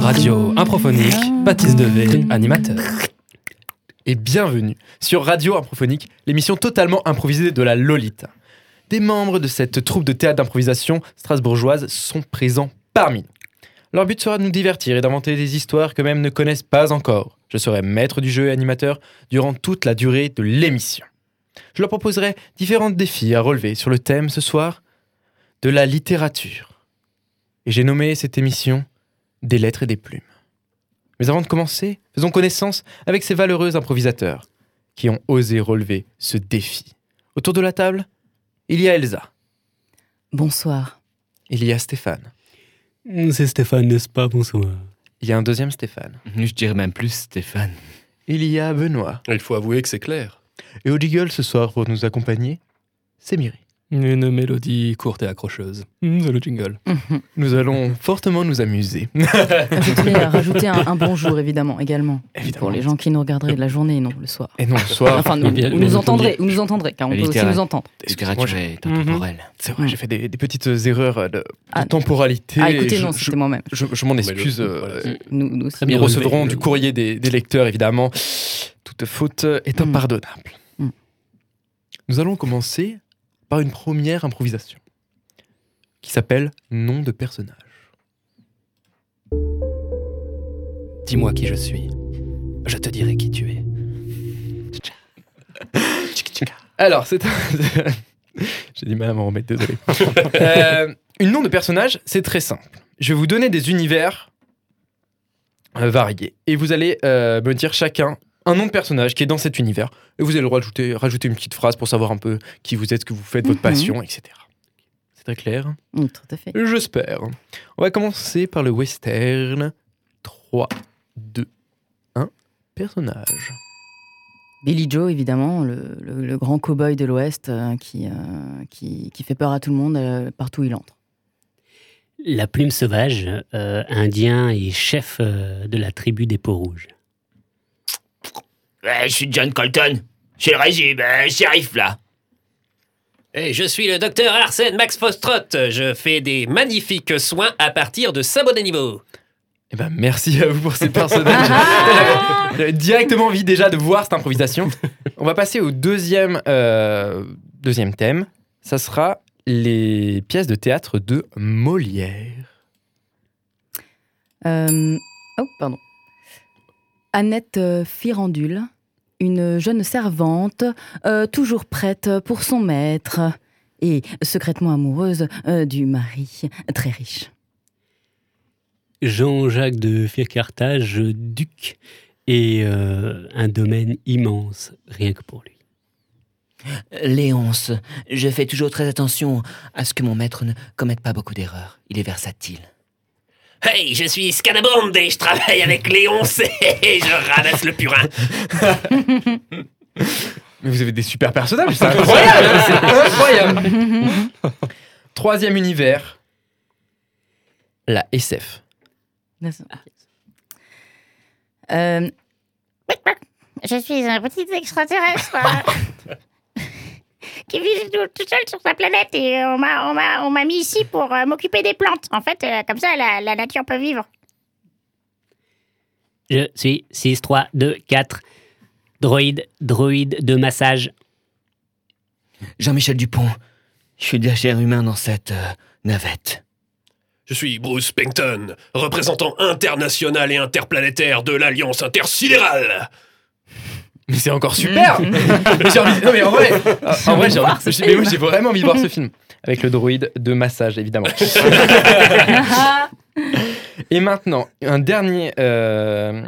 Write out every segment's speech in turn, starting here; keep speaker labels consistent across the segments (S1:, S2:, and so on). S1: Radio Improphonique, Baptiste Devé, animateur. Et bienvenue sur Radio Improphonique, l'émission totalement improvisée de la Lolita. Des membres de cette troupe de théâtre d'improvisation strasbourgeoise sont présents parmi nous. Leur but sera de nous divertir et d'inventer des histoires que même ne connaissent pas encore. Je serai maître du jeu et animateur durant toute la durée de l'émission. Je leur proposerai différents défis à relever sur le thème ce soir de la littérature. Et j'ai nommé cette émission des lettres et des plumes. Mais avant de commencer, faisons connaissance avec ces valeureux improvisateurs qui ont osé relever ce défi. Autour de la table, il y a Elsa,
S2: Bonsoir.
S1: il y a Stéphane,
S3: Hmm, C'est Stéphane, n'est-ce pas Bonsoir.
S1: il y a un deuxième Stéphane,
S4: Je dirais même plus Stéphane.
S1: il y a Benoît.
S5: Il faut avouer que c'est clair.
S1: Et au jiggle ce soir pour nous accompagner, c'est Miri.
S3: Une mélodie courte et accrocheuse. Hmm, C'est le jingle.
S2: Mhm.
S1: Nous allons fortement nous amuser.
S2: Je voulais rajouter un, un bonjour, évidemment, également.
S1: Évidemment.
S2: Pour les gens qui nous regarderaient de la journée et non le soir.
S1: Et non, le soir,
S2: Enfin, nous,
S3: mais bien-
S2: ou
S3: mais
S2: nous
S3: vous
S2: entendrez, ou nous entendrez, car on peut aussi
S4: Littéraire.
S2: nous entendre.
S1: Excuse-moi,
S4: Littérature est
S3: Mhm.
S4: intemporelle.
S1: c'est vrai, j'ai fait des, des petites erreurs de, de
S2: Ah.
S1: temporalité.
S2: Ah, écoutez,
S1: Je-
S2: non,
S1: je-
S2: c'était moi-même.
S1: je, je m'en
S5: Mais Bah, le-
S1: excuse. euh,
S5: voilà,
S2: Nous, nous aussi.
S3: Très bien.
S1: Nous
S3: relevé.
S1: recevrons du courrier des, des lecteurs, évidemment. Toute faute est
S2: Mm.
S1: impardonnable.
S2: Mm.
S1: Nous allons commencer par une première improvisation qui s'appelle Nom de personnage.
S4: Dis-moi qui je suis. Je te dirai qui tu es.
S1: Alors, c'est un... J'ai du mal à m'en remettre, désolé. Euh, une nom de personnage, c'est très simple. Je vais vous donner des univers euh, variés. Et vous allez euh, me dire chacun un nom de personnage qui est dans cet univers. Et vous avez le droit de rajouter, rajouter une petite phrase pour savoir un peu qui vous êtes, ce que vous faites, votre
S2: Mhm.
S1: passion, etc. C'est très clair
S2: Mm, tout à fait.
S1: J'espère. On va commencer par le western. 3, 2, 1. Personnage.
S2: Billy Joe, évidemment, le, le- le grand cow-boy de l'Ouest euh, qui, euh, qui, qui fait peur à tout le monde euh, partout où il entre.
S6: La plume sauvage, euh, indien et chef euh, de la tribu des peaux rouges.
S4: je suis John Colton. Chez le régime,
S7: euh,
S4: shérif là.
S7: Et je suis le docteur Arsène Max Fostrot. Je fais des magnifiques soins à partir de sabots d'animaux.
S1: Eh ben, merci à vous pour ces
S2: Ah,
S1: personnages. J'avais Euh, directement envie déjà de voir cette improvisation. On va passer au deuxième, euh, deuxième thème. Ça sera les pièces de théâtre de Molière.
S2: Euh, oh, pardon. Annette euh, Firandule, une jeune servante, euh, toujours prête pour son maître et secrètement amoureuse euh, du mari très riche.
S6: Jean-Jacques de Fircartage, duc, et euh, un domaine immense, rien que pour lui.
S4: Léonce, je fais toujours très attention à ce que mon maître ne commette pas beaucoup d'erreurs. Il est versatile.
S7: Hey, je suis Scadabonde et je travaille avec Léon C. et je ramasse le purin.
S1: Mais vous avez des super personnages, c'est incroyable! c'est incroyable! Troisième univers, la SF.
S2: Euh,
S8: Je suis un petit extraterrestre euh, qui vit tout, tout seul sur sa planète et euh, on m'a- on m'a on m'a mis ici pour euh, m'occuper des plantes. En fait, euh, comme ça, la, la nature peut vivre.
S6: Je suis 6, 3, 2, 4. Droïde, droïde de massage.
S4: Jean-Michel Dupont, je suis le chair humain dans cette euh, navette.
S5: Je suis Bruce Pengton, représentant international et interplanétaire de l'Alliance intersidérale.
S1: Mais c'est encore super! Mais j'ai envie- non, mais en vrai, en vrai, j'ai envie-
S2: voir ce
S1: j'ai- mais oui,
S2: film.
S1: j'ai vraiment envie de voir ce film. Avec le droïde de massage, évidemment. Et maintenant, un dernier, euh,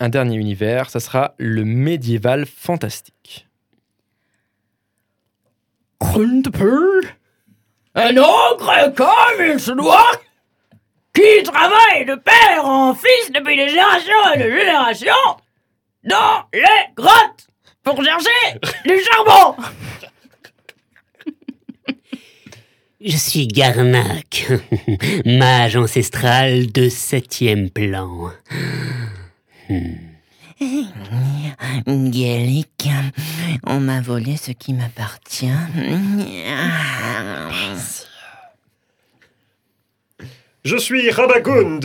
S1: un dernier univers, ça sera le médiéval fantastique.
S9: Un ogre comme il se doit, qui travaille de père en fils depuis des générations et des générations dans les grottes pour chercher du charbon.
S6: Je suis Garnac, mage ancestral de septième plan.
S10: Gaelic, on m'a volé ce qui m'appartient.
S5: Je suis Rabagund,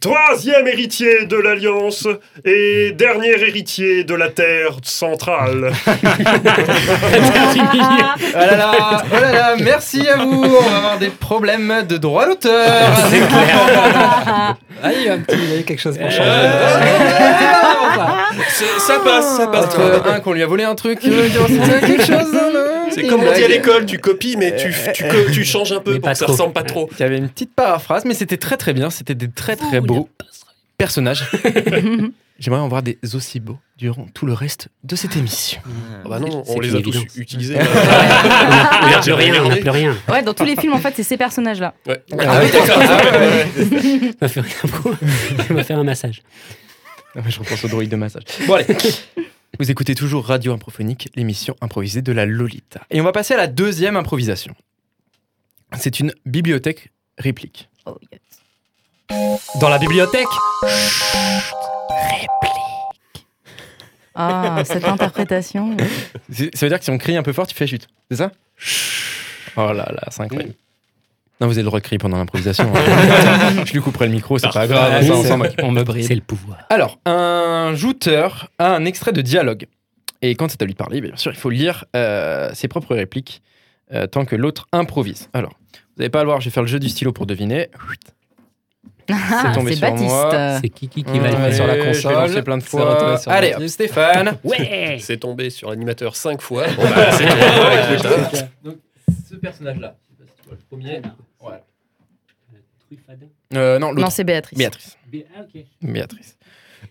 S5: troisième héritier de l'Alliance et dernier héritier de la Terre centrale.
S1: Oh là là, oh là là, merci à vous. On va avoir des problèmes de droit d'auteur. C'est clair.
S3: Ah, il y a un petit- il y a quelque chose pour changer.
S5: Euh,
S1: Euh, C'est- ça passe, ça passe. Entre un qu'on lui a volé un truc, euh, qui ressemble à quelque chose. hein,
S5: C'est
S1: une
S5: comme on dit à
S1: blague.
S5: l'école, tu copies mais tu, tu, co- tu changes un peu
S1: Mais
S5: pour que ça
S1: trop.
S5: ressemble pas trop.
S1: Il y avait une petite paraphrase, mais c'était très très bien. C'était des très très beaux personnages. J'aimerais en voir des aussi beaux durant tout le reste de cette émission.
S5: Ah bah non,
S1: C'est
S5: on
S1: une
S5: les a tous
S1: évidence. Ah
S5: utilisés. euh,
S1: On
S6: n'a plus rien, on n'a plus rien.
S2: Ouais, dans tous les films, en fait, c'est ces personnages-là.
S5: Ouais.
S1: Ah oui, d'accord. Ah ouais, ouais, ouais.
S6: Il va faire une impro. Il va faire un massage.
S1: Ah ouais, Je repense au droïde de massage. Bon, allez. Vous écoutez toujours Radio Improphonique, l'émission improvisée de la Lolita. Et on va passer à la deuxième improvisation. C'est une bibliothèque réplique.
S2: Oh,
S1: Dans la bibliothèque
S2: Ah, cette interprétation.
S1: C'est- Ça veut dire que si on crie un peu fort, tu fais chute. C'est ça Oh là là, c'est incroyable. Non, vous allez le recrier pendant l'improvisation. hein. Je lui couperai le micro, c'est pas grave, Ah, ça, on s'en moque.
S3: On me bride.
S6: C'est le pouvoir.
S1: Alors, un jouteur a un extrait de dialogue. Et quand c'est à lui parler, bien sûr, il faut lire euh, ses propres répliques euh, tant que l'autre improvise. Alors, vous n'allez pas à le voir, je vais faire le jeu du stylo pour deviner.
S2: Ah,
S1: tombé
S2: c'est
S1: sur
S2: Baptiste.
S1: moi.
S6: C'est Kiki qui va le
S1: Ouais,
S6: faire.
S1: sur la
S3: je vais
S1: console.
S3: lancer plein de
S1: Euh, Ça
S3: fois.
S1: va tomber sur
S3: Allez,
S1: Allez, hop, Stéphane.
S7: Ouais
S5: C'est tombé sur l'animateur cinq fois. Bon bah, c'est tombé, écoute, hein.
S1: Donc, ce personnage-là, je sais pas si tu vois le premier.
S6: Truffadin.
S1: Euh, non,
S2: Non,
S1: l'autre.
S2: c'est Béatrice.
S1: Béatrice.
S6: Ah, ok.
S1: Béatrice.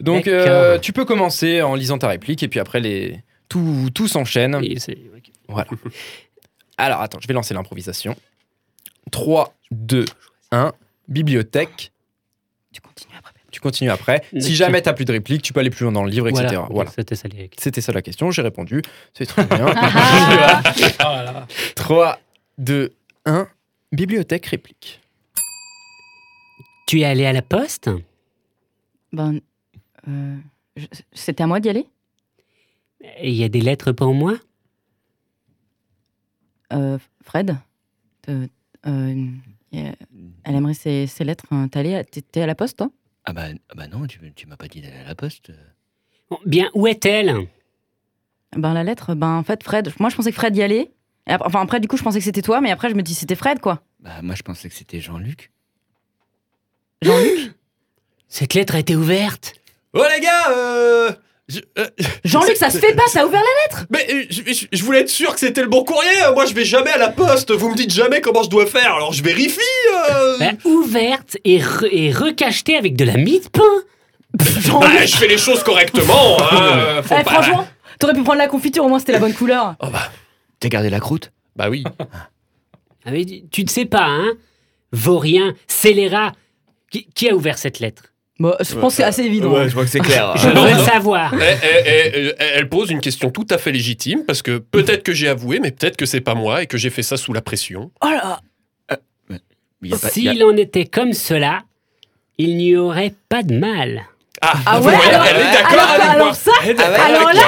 S1: Donc,
S6: D'accord.
S1: euh, tu peux commencer en lisant ta réplique et puis après, les... tout, tout s'enchaîne.
S6: Oui, c'est- ok.
S1: Voilà. Alors, attends, je vais lancer l'improvisation. 3, 2, 1. Bibliothèque.
S2: Tu continues après.
S1: Tu continues après. Si jamais t'as plus de réplique, tu peux aller plus loin dans le livre, etc. Voilà.
S6: Voilà. C'était ça direct.
S1: C'était ça la question, j'ai répondu. C'est très bien.
S2: Ah,
S1: 3, 2, 1. Bibliothèque réplique.
S6: Tu es allé à la poste
S2: ben, euh, je- c'était à moi d'y aller
S6: Il y a des lettres pour moi
S2: Euh, Fred te- euh, euh, Elle aimerait ses, ses lettres. hein. T'es allé à- t'es- t'es à la poste, hein toi
S4: Ah bah, ah bah non, tu, tu m'as pas dit d'aller à la poste.
S6: Bon, Bien, où est-elle
S2: Ben, la lettre, ben, en fait, Fred. Moi, je pensais que Fred y allait. Et après- Enfin, après, du coup, je pensais que c'était toi, mais après, je me dis, c'était Fred, quoi.
S4: Bah moi je pensais que c'était Jean-Luc.
S6: Cette lettre a été ouverte
S5: Oh les gars, euh, je, euh,
S2: Jean-Luc, ça se fait pas, ça a ouvert la lettre
S5: mais euh, je, je- je voulais être sûr que c'était le bon courrier. euh, Moi, je vais jamais à la poste. Vous me dites jamais comment je dois faire. Alors, je vérifie. euh.
S6: Bah, Ouverte et, re- et recachetée avec de la mie de pain
S1: Eh,
S5: Bah, je fais les choses correctement. hein, euh, faut
S2: Eh,
S5: pas-
S2: franchement, t'aurais pu prendre la confiture, au moins, c'était la bonne couleur.
S4: T'as gardé la croûte
S5: Bah oui.
S6: Ah, mais tu- Tu ne sais pas, hein Vaurien, scélérat, qui, qui a ouvert cette lettre
S2: Bon, Bah, je pense que c'est assez évident. hein.
S4: je vois que c'est clair.
S1: Ah,
S6: Je
S5: non,
S6: veux
S5: non.
S6: savoir
S5: Eh, eh, eh, eh, elle pose une question tout à fait légitime parce que peut-être que j'ai avoué, mais peut-être que c'est pas moi et que j'ai fait ça sous la pression.
S2: Oh là
S4: Il y a pas- il y a-
S6: S'il en était comme cela, il n'y aurait pas de mal.
S2: Ah ouais,
S5: elle,
S2: alors,
S5: elle est d'accord
S2: alors,
S5: avec moi.
S2: alors ça
S4: Ah bah
S2: Alors
S1: ok.
S2: là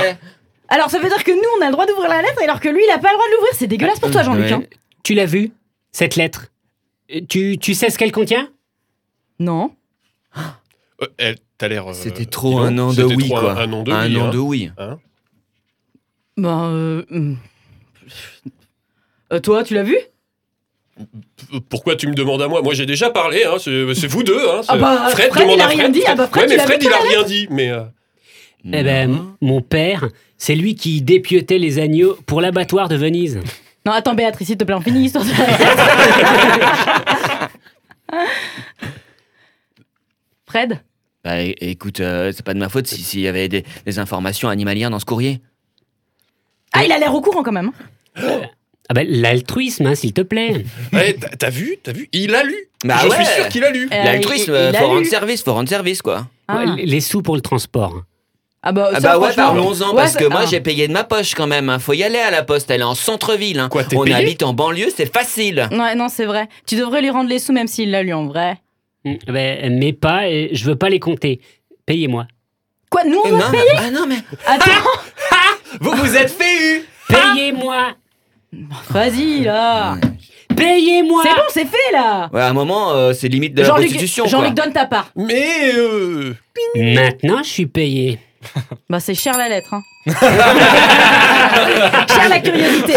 S2: Alors ça veut dire que nous, on a le droit d'ouvrir la lettre, alors que lui, il a pas le droit de l'ouvrir. C'est dégueulasse pour toi, Jean-Luc.
S4: Ouais.
S2: hein.
S6: Tu l'as vue, cette lettre Euh, tu, tu sais ce qu'elle contient
S2: Non.
S5: Euh, elle- T'as l'air. euh,
S4: C'était trop
S5: dis donc,
S4: un an de
S5: c'était
S4: oui
S5: trop un-
S4: quoi.
S5: Un an de
S4: Un
S5: oui.
S4: an
S5: hein.
S4: de oui.
S2: Ben, euh... hum. Euh, toi, tu l'as vu
S5: P- Euh, Pourquoi tu me demandes à moi Moi, j'ai déjà parlé. hein, c'est c'est vous deux. hein,
S2: Ah
S5: c'est-
S2: bah, Fred,
S5: demande
S2: il a
S5: à
S2: rien dit, ah bah, Fred,
S5: ouais,
S2: il
S5: mais
S2: a
S5: Fred,
S2: mis
S5: il
S2: pas
S5: a
S2: la
S5: rien dit. Mais euh,
S6: Eh ben, m- mon père, c'est lui qui dépiautait les agneaux pour l'abattoir de Venise.
S2: Non, attends, Béatrice, s'il te plaît, on finit l'histoire de la Fred
S4: Bah é- écoute, euh, c'est pas de ma faute si- s'il y avait des, des informations animalières dans ce courrier.
S2: Ah, il a l'air au courant quand même.
S6: Ah ben, l'altruisme, hein, s'il te plaît.
S5: ouais, t'as t'as vu T'as vu Il a lu.
S4: Bah
S5: Je
S4: ouais.
S5: suis sûr qu'il a lu.
S2: Euh,
S4: L'altruisme,
S2: il- il- il a
S4: faut rendre
S2: lu.
S4: service, faut rendre service quoi.
S2: Ah,
S6: Ouais, Les sous pour le transport.
S2: Ah bah, ça,
S4: Ah bah ouais,
S2: franchement-
S4: parlons-en,
S2: Ouais,
S4: parce
S2: ça-
S4: que moi
S2: ah.
S4: j'ai payé de ma poche quand même. hein. Faut y aller à la poste, elle est en centre-ville. hein.
S5: Quoi, t'es
S4: On
S5: payé
S4: habite en banlieue, c'est facile.
S2: Ouais, non, c'est vrai. Tu devrais lui rendre les sous,
S6: Hmm.
S2: même s'il l'a lu en vrai.
S6: Eh Mm, Ben, mais pas, et je veux pas les compter. Payez-moi.
S2: Quoi, nous, on
S4: Eh
S2: doit
S4: non,
S2: payer
S4: ah non, mais-
S2: Attends,
S4: Vous vous êtes fait eu
S6: Ah.
S7: Payez-moi
S2: vas-y, là
S7: Payez-moi
S2: C'est bon, c'est fait, là
S4: Ouais, à un moment, euh, c'est limite de la
S2: Jean-Luc,
S4: prostitution. quoi.
S2: Jean-Luc, donne ta part.
S4: Mais euh,
S6: Maintenant, je suis payé.
S2: Bah, c'est cher la lettre, hein. cher la curiosité.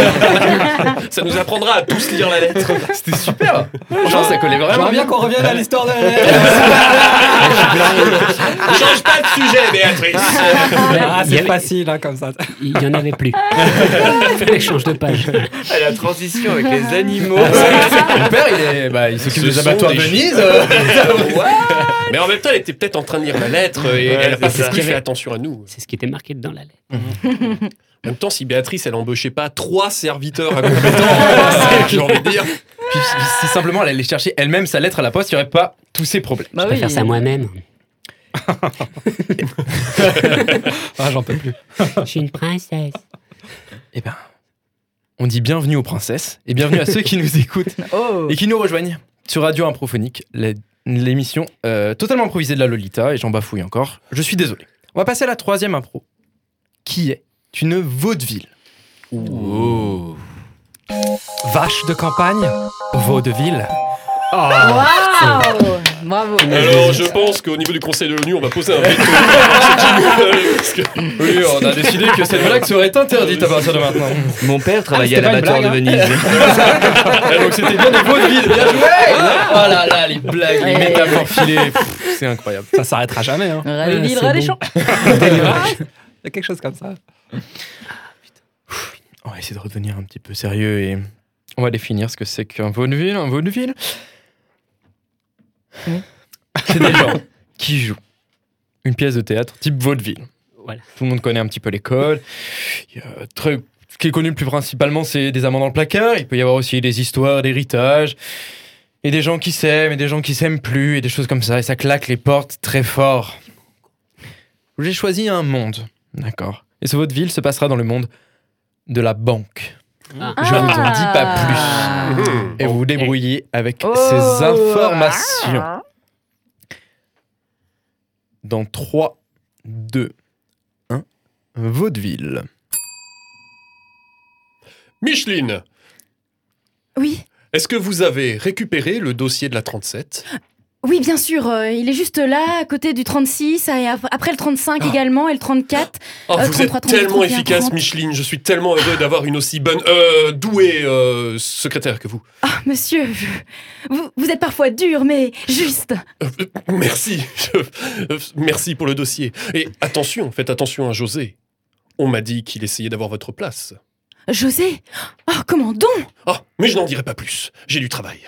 S4: ça nous apprendra à tous lire la lettre.
S1: C'était super Franchement, ça collait vraiment
S3: J'aimerais
S5: ah,
S3: bien
S1: bien.
S3: qu'on revienne
S5: Euh,
S3: à l'histoire de la
S4: Change pas de sujet, Béatrice.
S3: Ah,
S6: Ben, Il y
S3: c'est
S6: avait-
S3: facile, hein, comme ça.
S6: Il n'y en avait plus. Il fallait que je change de page.
S4: la transition avec les animaux.
S1: Mon père, il, est- bah, il s'occupe
S7: Ce
S1: des
S7: sont
S1: abattoirs
S7: des
S1: de
S7: choses.
S1: Nice. euh.
S7: Mais en même temps, elle était peut-être en train de lire la lettre et
S4: Ouais,
S7: elle a pas
S4: c'est ça.
S7: plus fait attention à nous.
S6: C'est ce qui était marqué dedans la lettre.
S7: En même temps, si Béatrice, elle embauchait pas trois serviteurs incompétents, j'ai envie de dire.
S1: Puis, si simplement elle allait chercher elle-même sa lettre à la poste, il n'y aurait pas tous ces problèmes.
S2: bah
S6: Je vais faire ça moi-même.
S3: Ah, j'en peux plus.
S6: Je suis une princesse.
S1: Eh ben, on dit bienvenue aux princesses et bienvenue à ceux qui nous écoutent
S2: Oh.
S1: et qui nous rejoignent sur Radio Improphonique, la- l'émission euh, totalement improvisée de la Lolita, et j'en bafouille encore. Je suis désolé. On va passer à la troisième impro, qui est une vaudeville. Vache de campagne, vaudeville.
S2: Waouh Bravo.
S5: Alors, je pense qu'au niveau du Conseil de l'ONU, on va poser un veto.
S1: Oui, on a décidé que cette blague serait interdite à partir de maintenant.
S4: Mon père travaillait
S3: Ah,
S4: à
S3: mais c'était
S4: l'abattoir
S3: pas
S4: de
S3: une
S4: Venise.
S1: donc c'était bien des vaudevilles, bien joué Oh
S4: Ah.
S1: là là, les blagues, les
S2: Ouais.
S1: métaphores filées, pff, c'est incroyable.
S3: Ça s'arrêtera jamais, hein.
S2: Rallye ville,
S6: c'est
S2: rallye
S6: bon.
S2: champ.
S3: Il y a quelque chose comme ça.
S1: On va essayer de redevenir un petit peu sérieux et on va définir ce que c'est qu'un vaudeville. Un vaudeville,
S2: Oui.
S1: c'est des gens qui jouent une pièce de théâtre type vaudeville.
S6: Voilà.
S1: Tout le monde connaît un petit peu les codes. Il y a très- Ce qui est connu le plus principalement, c'est des amants dans le placard. Il peut y avoir aussi des histoires d'héritage. Et des gens qui s'aiment, et des gens qui s'aiment plus, et des choses comme ça. Et ça claque les portes très fort. J'ai choisi un monde, d'accord Et ce vaudeville se passera dans le monde de la banque.
S6: Ah.
S1: Je ne vous en dis pas
S2: Ah.
S1: plus. Et vous vous débrouillez avec
S2: Oh.
S1: ces informations. Dans 3, 2, 1, vaudeville.
S5: Micheline,
S2: Oui,
S5: est-ce que vous avez récupéré le dossier de la 37
S2: oui, bien sûr. euh, il est juste là, à côté du 36, et ap- après le 35 également, et le 34.
S5: Oh,
S2: Euh,
S5: vous
S2: 33,
S5: êtes tellement
S2: 31,
S5: efficace,
S2: 30.
S5: Micheline. Je suis tellement heureux d'avoir une aussi bonne, euh, douée euh, secrétaire que vous.
S2: Ah, monsieur, je- vous, vous êtes parfois dur, mais juste.
S5: Euh, euh, merci. Je- euh, merci pour le dossier. Et attention, faites attention à José. On m'a dit qu'il essayait d'avoir votre place.
S2: José Oh, comment donc
S5: Oh, mais je n'en dirai pas plus. J'ai du travail.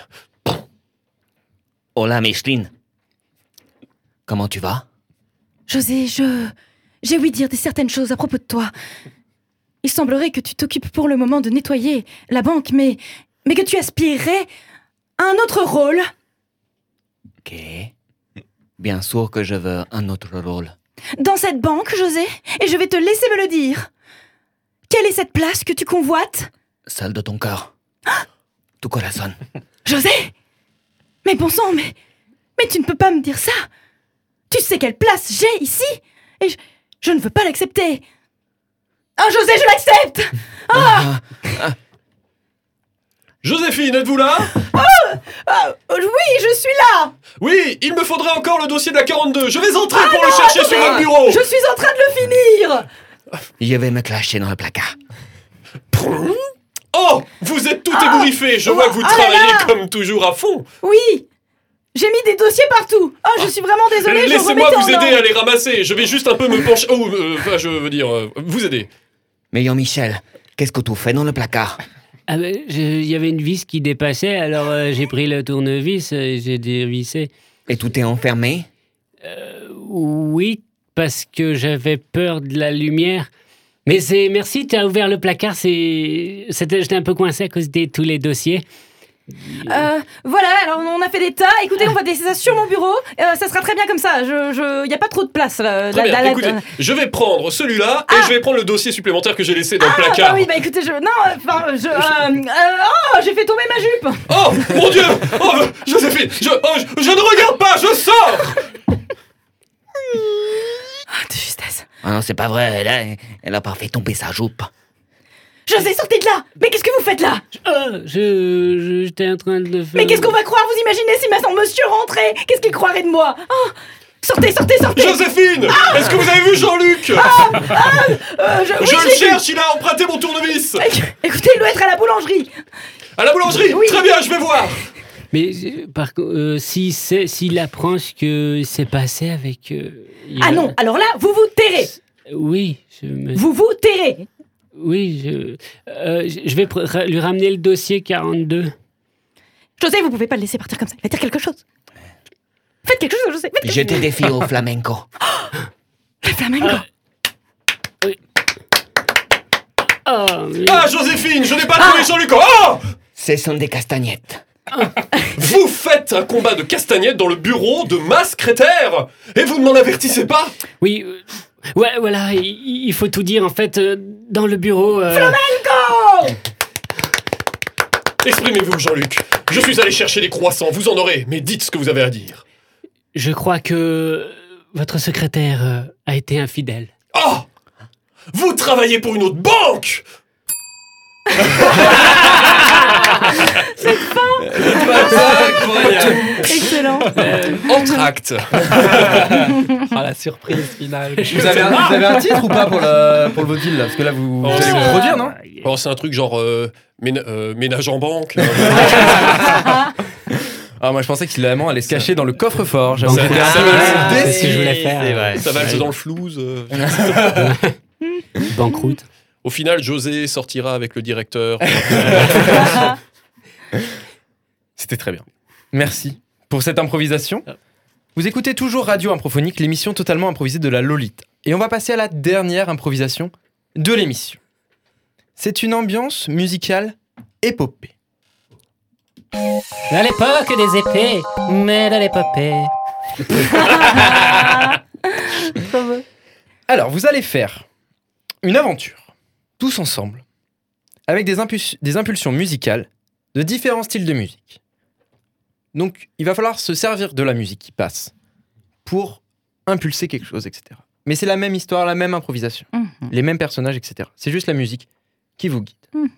S4: Hola, Micheline. Comment tu vas
S2: José, je. J'ai ouï dire des certaines choses à propos de toi. Il semblerait que tu t'occupes pour le moment de nettoyer la banque, mais. mais que tu aspirerais à un autre rôle.
S4: Ok. Bien sûr que je veux un autre rôle.
S2: dans cette banque, José, et je vais te laisser me le dire. Quelle est cette place que tu convoites
S4: Celle de ton cœur. Tout corazon.
S2: José Mais bon sang, mais. Mais tu ne peux pas me dire ça Tu sais quelle place j'ai ici Et je, je ne veux pas l'accepter Ah, José, je l'accepte
S4: Ah,
S5: Joséphine, êtes-vous là
S2: Ah, euh, Oui, je suis là
S5: Oui, il me faudrait encore le dossier de la 42. Je vais entrer pour le chercher sur votre bureau.
S2: Ah Je suis en train de le finir
S4: Je vais me clasher dans le placard.
S5: Oh, vous êtes tout ébouriffé. Je vois que vous
S2: Ah. oh là là.
S5: travaillez comme toujours à fond.
S2: Oui J'ai mis des dossiers partout Ah, je suis vraiment désolée, je
S5: Laissez-moi
S2: remettais
S5: vous
S2: en
S5: aider à
S2: ordre.
S5: les ramasser. Je vais juste un peu me pencher. Oh, euh, enfin, je veux dire, euh, vous aider.
S4: Mais yo, Michel, qu'est-ce que tu fais dans le placard
S6: Ah ben, je- il y avait une vis qui dépassait, alors euh, j'ai pris le tournevis, euh, j'ai dévissé.
S4: Et tout est enfermé
S6: Oui, parce que j'avais peur de la lumière. Mais c'est merci, tu as ouvert le placard. C'est, c'était, j'étais un peu coincé à cause de tous les dossiers.
S2: Euh, voilà, alors on a fait des tas. Écoutez, on va laisser ça sur mon bureau. Euh, ça sera très bien comme ça. Je, je, y a pas trop de place là.
S5: Très
S2: La-
S5: bien.
S2: la- la-
S5: Écoutez, je vais prendre celui-là et je vais prendre le dossier supplémentaire que j'ai laissé dans le
S2: Ah,
S5: placard.
S2: bah oui, bah écoutez, je. Non, enfin, je. euh, euh, oh, j'ai fait tomber ma jupe
S5: Oh, mon Dieu Oh, euh, Joséphine je, oh, je, je ne regarde pas, je sors
S2: Ah, t'es juste dégueulasse.
S4: Ah non, c'est pas vrai, elle a, elle a pas fait tomber sa jupe.
S9: José, sortez de là Mais qu'est-ce que vous faites là
S6: Je, Ah, je- j'étais en train de le faire.
S9: Mais qu'est-ce qu'on va croire Vous imaginez si ma son monsieur rentrait Qu'est-ce qu'il croirait de moi Oh Sortez, sortez, sortez
S5: Joséphine
S9: Ah
S5: Est-ce que vous avez vu Jean-Luc
S9: Ah Ah Euh, je- oui, je
S5: le
S9: l'ai vu.
S5: cherche, il a emprunté mon tournevis
S9: Écoutez, il doit être à la boulangerie
S5: À la boulangerie
S9: Oui.
S5: Très bien, je vais voir
S6: Mais euh, par contre, euh, si c'est, s'il apprend ce que s'est passé avec. euh, il-
S9: Ah non, alors là, vous vous tairez
S6: Oui, je me-
S9: Vous vous tairez
S6: Oui, je, euh, je je vais pr- ra- lui ramener le dossier 42.
S9: José, vous pouvez pas le laisser partir comme ça, il va dire quelque chose Faites quelque chose, José faites quelque
S4: J'étais des filles au flamenco.
S9: chose. Le flamenco
S5: Ah, Joséphine, je n'ai pas trouvé Jean-Luc Oh
S4: Ce sont des castagnettes.
S5: Vous faites un combat de castagnettes dans le bureau de ma secrétaire Et vous ne m'en avertissez pas
S6: Oui, euh, ouais, voilà, il, il faut tout dire en fait euh, dans le bureau. euh,
S9: Flamenco
S5: Exprimez-vous, Jean-Luc. Je suis allé chercher des croissants, vous en aurez, mais dites ce que vous avez à dire.
S6: je crois que votre secrétaire euh, a été infidèle.
S5: Oh Vous travaillez pour une autre banque
S9: Excellent
S5: Entracte
S1: Ah, la surprise finale.
S3: Vous avez un-
S1: vous avez un titre ou pas pour, le, pour le vaudeville là Parce que là, vous, vous allez vous produire, non
S5: Oh, c'est un truc genre euh, ména- euh, ménage en banque.
S1: Ah, moi, je pensais qu'il allait se cacher dans le coffre-fort. J'avoue,
S5: Ça-
S1: j'étais
S5: ça-
S1: un peu
S5: ça-
S1: déçu.
S5: je voulais
S6: faire. C'est vrai.
S5: Ça valse dans le flouze. euh.
S6: Banqueroute.
S5: Au final, José sortira avec le directeur.
S1: C'était très bien. Merci pour cette improvisation. Vous écoutez toujours Radio Improphonique, l'émission totalement improvisée de la Lolite. Et on va passer à la dernière improvisation de l'émission. C'est une ambiance musicale épopée.
S6: À l'époque des épées, mais de l'épopée.
S1: Alors, vous allez faire une aventure, tous ensemble, avec des, impus- des impulsions musicales de différents styles de musique. Donc, il va falloir se servir de la musique qui passe pour impulser quelque chose, etc. Mais c'est la même histoire, la même improvisation,
S8: Hum.
S2: Mhm.
S1: les mêmes personnages, etc. C'est juste la musique qui vous guide.
S2: Mhm.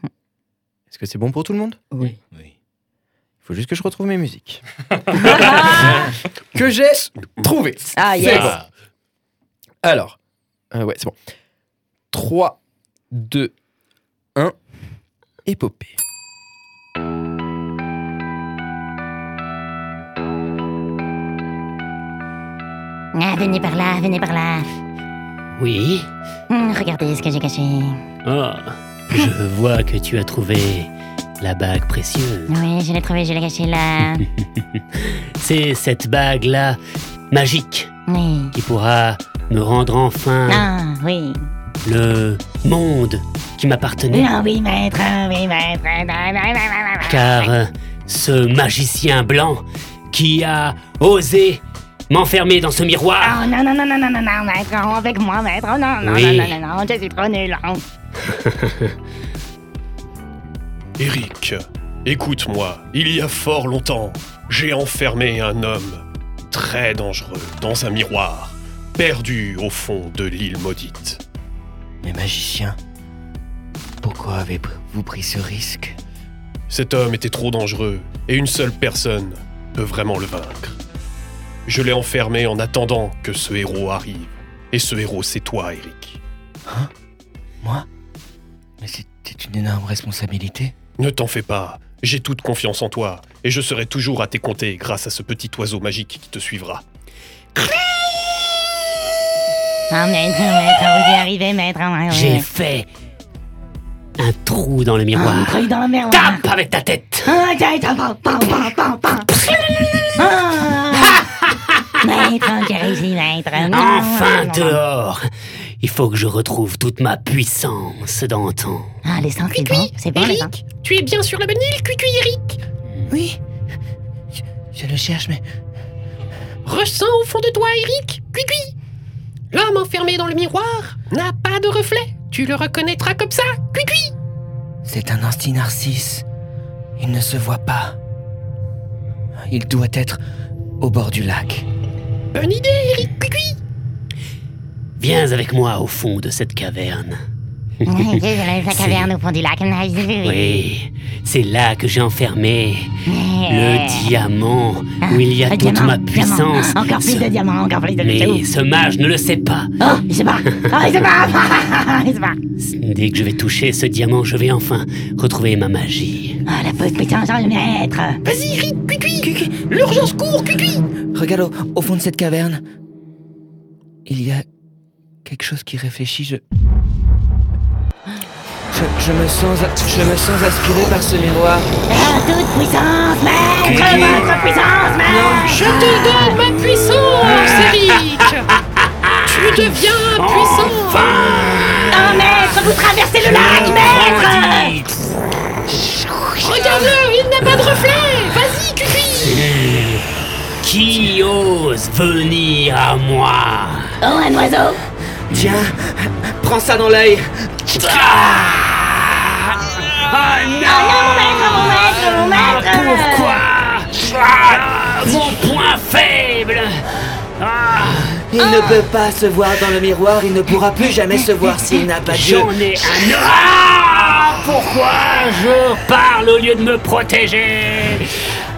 S1: Est-ce que c'est bon pour tout le monde
S2: Oui.
S1: Il faut juste que je retrouve mes musiques. que j'ai trouvées.
S2: Ah,
S1: C'est
S2: yes.
S1: bon. Alors, euh, ouais, c'est bon. 3, 2, 1, épopée.
S8: Ah, venez par là, venez par là.
S6: Oui.
S8: Hum, regardez ce que j'ai caché.
S6: Oh, je vois que tu as trouvé la bague précieuse.
S8: Oui, je l'ai trouvé, je l'ai caché là.
S6: C'est cette bague-là, magique,
S8: Oui.
S6: qui pourra me rendre enfin
S8: Ah, oui.
S6: le monde qui m'appartenait.
S8: Ah oui, maître, ah oui, maître. ah, ah, ah, ah, ah, ah.
S6: Car euh, ce magicien blanc qui a osé m'enfermer dans ce miroir.
S8: Oh non, non, non, non, non, non, non, maître, oh, avec moi, maître. Oh non, non,
S6: Oui.
S8: non, non, non, non, je suis trop nul. oh.
S5: Eric, écoute-moi. Il y a fort longtemps, j'ai enfermé un homme très dangereux dans un miroir, perdu au fond de l'île maudite.
S4: Mais magicien, pourquoi avez-vous pris ce risque
S5: Cet homme était trop dangereux, et une seule personne peut vraiment le vaincre. Je l'ai enfermé en attendant que ce héros arrive. Et ce héros, c'est toi, Eric.
S4: Moi Mais c'était une énorme responsabilité.
S5: Ne t'en fais pas, j'ai toute confiance en toi, et je serai toujours à tes côtés grâce à ce petit oiseau magique qui te suivra.
S8: Ah, maître, maître, vous y arrivez, maître. ah, oui.
S6: J'ai fait un trou dans le
S8: Ah, un
S6: miroir.
S8: truc dans le miroir.
S6: Tape avec ta tête.
S8: Ah, tiens, tiens, pam, pam, pam, pam, pam. Ah. Maître, j'ai réussi, maître. Non,
S6: Enfin
S8: euh, non, non, non.
S6: dehors. Il faut que je retrouve toute ma puissance d'antan.
S8: Ah, les sangs, c'est bon, c'est bon, les sangs.
S7: Tu es bien sur la bonne île, Cuicui Eric
S4: Oui je, je le cherche, mais
S7: Ressens au fond de toi, Eric Cuicui L'homme enfermé dans le miroir n'a pas de reflet. Tu le reconnaîtras comme ça, Cuicui
S4: c'est un anti-narcisse. Il ne se voit pas. Il doit être au bord du lac.
S7: Bonne idée, Eric Cuicui
S6: Viens avec moi au fond de cette caverne.
S8: la caverne au fond du lac.
S6: Oui, c'est là que j'ai enfermé
S8: Ouais.
S6: le diamant où il y a
S8: Ah,
S6: toute
S8: diamant,
S6: ma
S8: diamant.
S6: puissance.
S8: Encore plus
S6: Ce-
S8: de diamants, encore plus de
S6: Mais ce mage ne le sait pas.
S8: Oh, il sait pas. Oh, il sait pas. il sait pas.
S6: Dès que je vais toucher ce diamant, je vais enfin retrouver ma magie.
S8: Oh, la fausse puissance en maître.
S7: Vas-y, Rick, cuicui L'urgence court, cuicui
S4: Regarde au, au fond de cette caverne. Il y a quelque chose qui réfléchit. Je. Je, je me sens, je me sens aspiré par ce miroir.
S8: Ah, toute puissance, maître. Votre puissance, maître.
S7: Je te donne ma puissance, Eric Tu deviens puissant
S8: Oh, maître, vous traversez le lac, maître.
S7: Regarde-le, il n'a pas de reflet Vas-y, cuicui
S6: Qui ose venir à moi
S8: Oh, un oiseau.
S4: Tiens, prends ça dans l'œil.
S8: Oh non, mon maître, mon maître, mon maître. Pourquoi
S6: Ah, Mon point faible Ah,
S4: Il ne peut pas se voir dans le miroir. Il ne pourra plus jamais se voir s'il n'a pas Dieu.
S6: J'en ai un autre. Ah, Pourquoi je parle au lieu de me protéger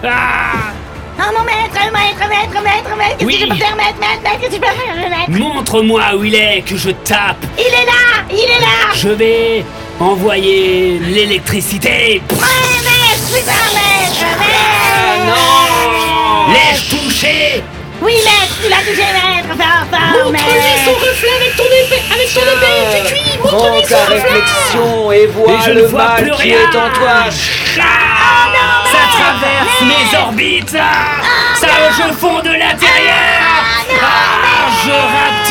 S6: Ah,
S8: Oh, mon maître, maître, maître, maître, maître. Qu'est-ce
S6: Oui.
S8: que je peux faire, maître, maître, maître Qu'est-ce que je peux faire, maître
S6: Montre-moi où il est que je tape
S8: Il est là Il est là
S6: Je vais envoyer l'électricité
S8: Ouais, maître, putain, maître, maître
S6: L'ai-je touché
S8: Oui, maître, tu l'as touché, maître Fort, fort,
S7: Montre-lui son
S8: maître
S7: reflet avec ton épée Avec ton épée, cuicui
S4: Prends
S7: Montre-lui
S4: ta
S7: son reflet
S4: réflexion et
S6: Et
S4: vois
S6: je ne
S4: le
S6: vois plus
S4: mal qui
S6: rien.
S4: est en toi.
S6: Ah, Ça traverse mes orbites ah, Ça je fonds de l'intérieur Ah, Je rate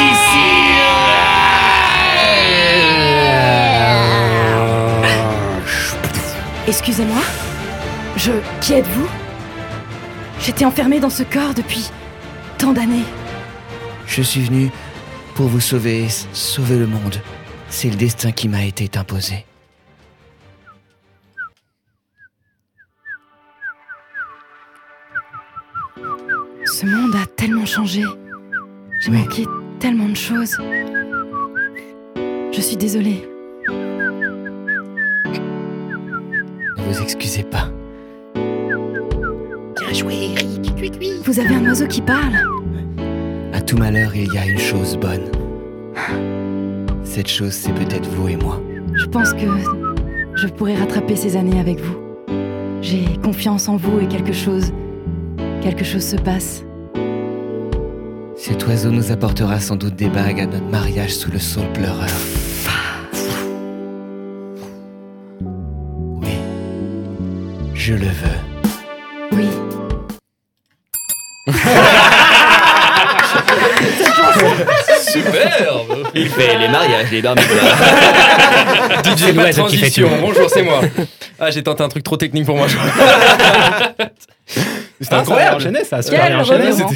S6: ici
S2: Excusez-moi Je. Qui êtes-vous J'étais enfermée dans ce corps depuis tant d'années.
S4: Je suis venu pour vous sauver, sauver le monde. C'est le destin qui m'a été imposé.
S2: Ce monde a tellement changé. J'ai manqué tellement de choses. Je suis désolée.
S4: Ne vous excusez pas.
S7: Bien joué, Eric, cuicui
S2: Vous avez un oiseau qui parle
S4: À tout malheur, il y a une chose bonne. Cette chose, c'est peut-être vous et moi.
S2: Je pense que je pourrai rattraper ces années avec vous. J'ai confiance en vous et quelque chose. Quelque chose se passe.
S4: Cet oiseau nous apportera sans doute des bagues à notre mariage sous le sol pleureur. Oui, je le veux.
S2: Oui.
S1: Superbe
S4: Il fait les mariages, les barbecues.
S1: DJ, pas de transition. Bonjour, c'est moi. Ah, j'ai tenté un truc trop technique pour moi. C'était incroyable. Enchaîné, ça.
S2: Quel bien enchaîné. relevant.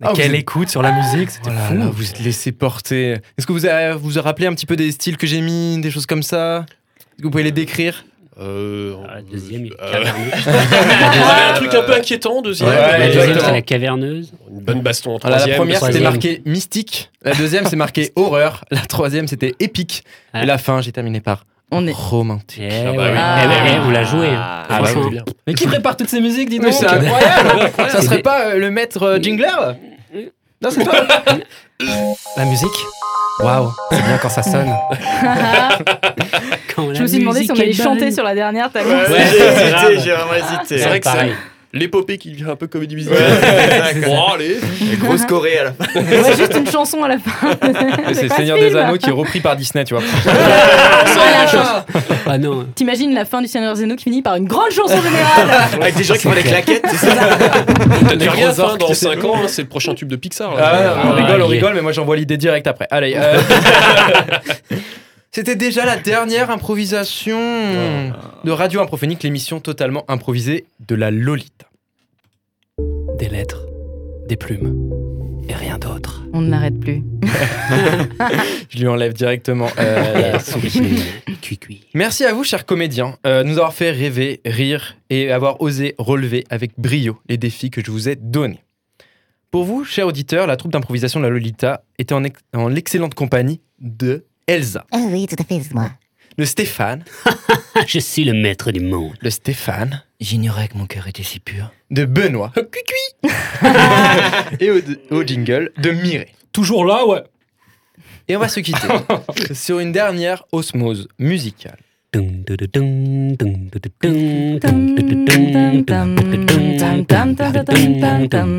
S1: Ah,
S3: Quelle
S1: vous êtes-
S3: écoute sur la musique, c'était
S1: Oh là
S3: fou.
S1: là, vous êtes laissé porter. Est-ce que vous avez- vous vous rappelez un petit peu des styles que j'ai mis, des choses comme ça Est-ce que vous pouvez les décrire
S5: Euh,
S6: Ah, Deuxième, il est
S5: euh,
S6: caverneuse.
S5: on avait Ah, un truc un peu inquiétant, deuxième.
S1: Ouais,
S6: La deuxième, c'est
S1: exactement.
S6: la caverneuse.
S5: Une bonne baston en
S1: Ah, la-
S5: troisième.
S1: La première, c'était
S6: troisième.
S1: marqué mystique. La deuxième, c'est marqué horreur. La troisième, c'était épique.
S6: Ouais.
S1: Et la fin, j'ai terminé par
S2: On est.
S1: romantique.
S6: Eh, ouais.
S5: oui.
S6: Eh, ouais, eh, vous la jouez. hein.
S1: bah Ah, bah,
S6: Franchement.
S5: bien.
S1: Mais qui prépare toutes ces musiques, dis
S3: donc
S1: C'est incroyable Ça serait pas euh, le maître euh, Jingler Non, c'est toi
S3: La musique Waouh, c'est bien quand ça sonne.
S6: Quand
S2: je
S6: la
S2: me suis demandé si
S6: musique
S2: on
S6: est
S2: allait chanter
S6: bonne.
S2: sur la dernière table.
S6: Ouais,
S5: j'ai
S6: c'est grave.
S5: hésité, j'ai vraiment hésité.
S6: C'est
S5: C'est vrai que
S6: pareil.
S5: c'est l'épopée qui devient un peu comédie musicale. Bon, allez.
S4: Grosse Corée à la fin.
S2: Ouais, juste une chanson à la fin.
S1: C'est
S2: pas
S1: Seigneur
S2: ce
S1: des
S2: film.
S1: Anneaux qui est repris par Disney, tu vois.
S6: Ah non.
S2: T'imagines la fin du Seigneur des Anneaux qui finit par une grande chanson générale
S4: Avec des gens qui font des claquettes, c'est ça
S5: Tu
S1: gros
S5: regardes, hein,
S1: orques,
S5: dans
S1: c'est
S5: 5 ans, hein, c'est le prochain tube de Pixar. là.
S1: Ah, on
S6: Ah,
S1: rigole, on
S6: yeah.
S1: rigole, mais moi j'envoie l'idée directe après. Allez. euh, C'était déjà la dernière improvisation de Radio Improphonique, l'émission totalement improvisée de la Lolita.
S3: Des lettres, des plumes, et rien d'autre.
S2: On ne l'arrête plus.
S1: Je lui enlève directement euh, la souris.
S6: Cuicui.
S1: Merci à vous, chers comédiens, euh, de nous avoir fait rêver, rire et avoir osé relever avec brio les défis que je vous ai donnés. Pour vous, chers auditeurs, la troupe d'improvisation de la Lolita était en, ex- en l'excellente compagnie de Elsa,
S8: Ah oui, tout à fait, c'est moi.
S1: de Stéphane,
S6: Ah, Je suis le maître du monde.
S1: de Stéphane,
S4: J'ignorais que mon cœur était si pur.
S1: de Benoît, et au, au jingle, de Mireille.
S3: Toujours là, ouais.
S1: Et on va se quitter sur une dernière osmose musicale.
S6: Dun, dun, dun, dun, dun, dun, dun, dun, dun, dun, dun, dun, dun, dun, dun,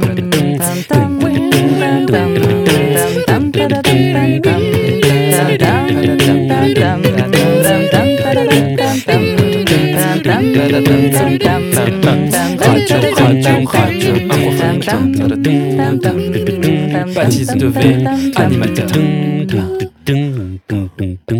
S6: dun, dun, dun, dun.
S11: Baptiste
S3: Baptiste
S11: Devey,
S3: Devey,
S11: animateur.
S3: animateur.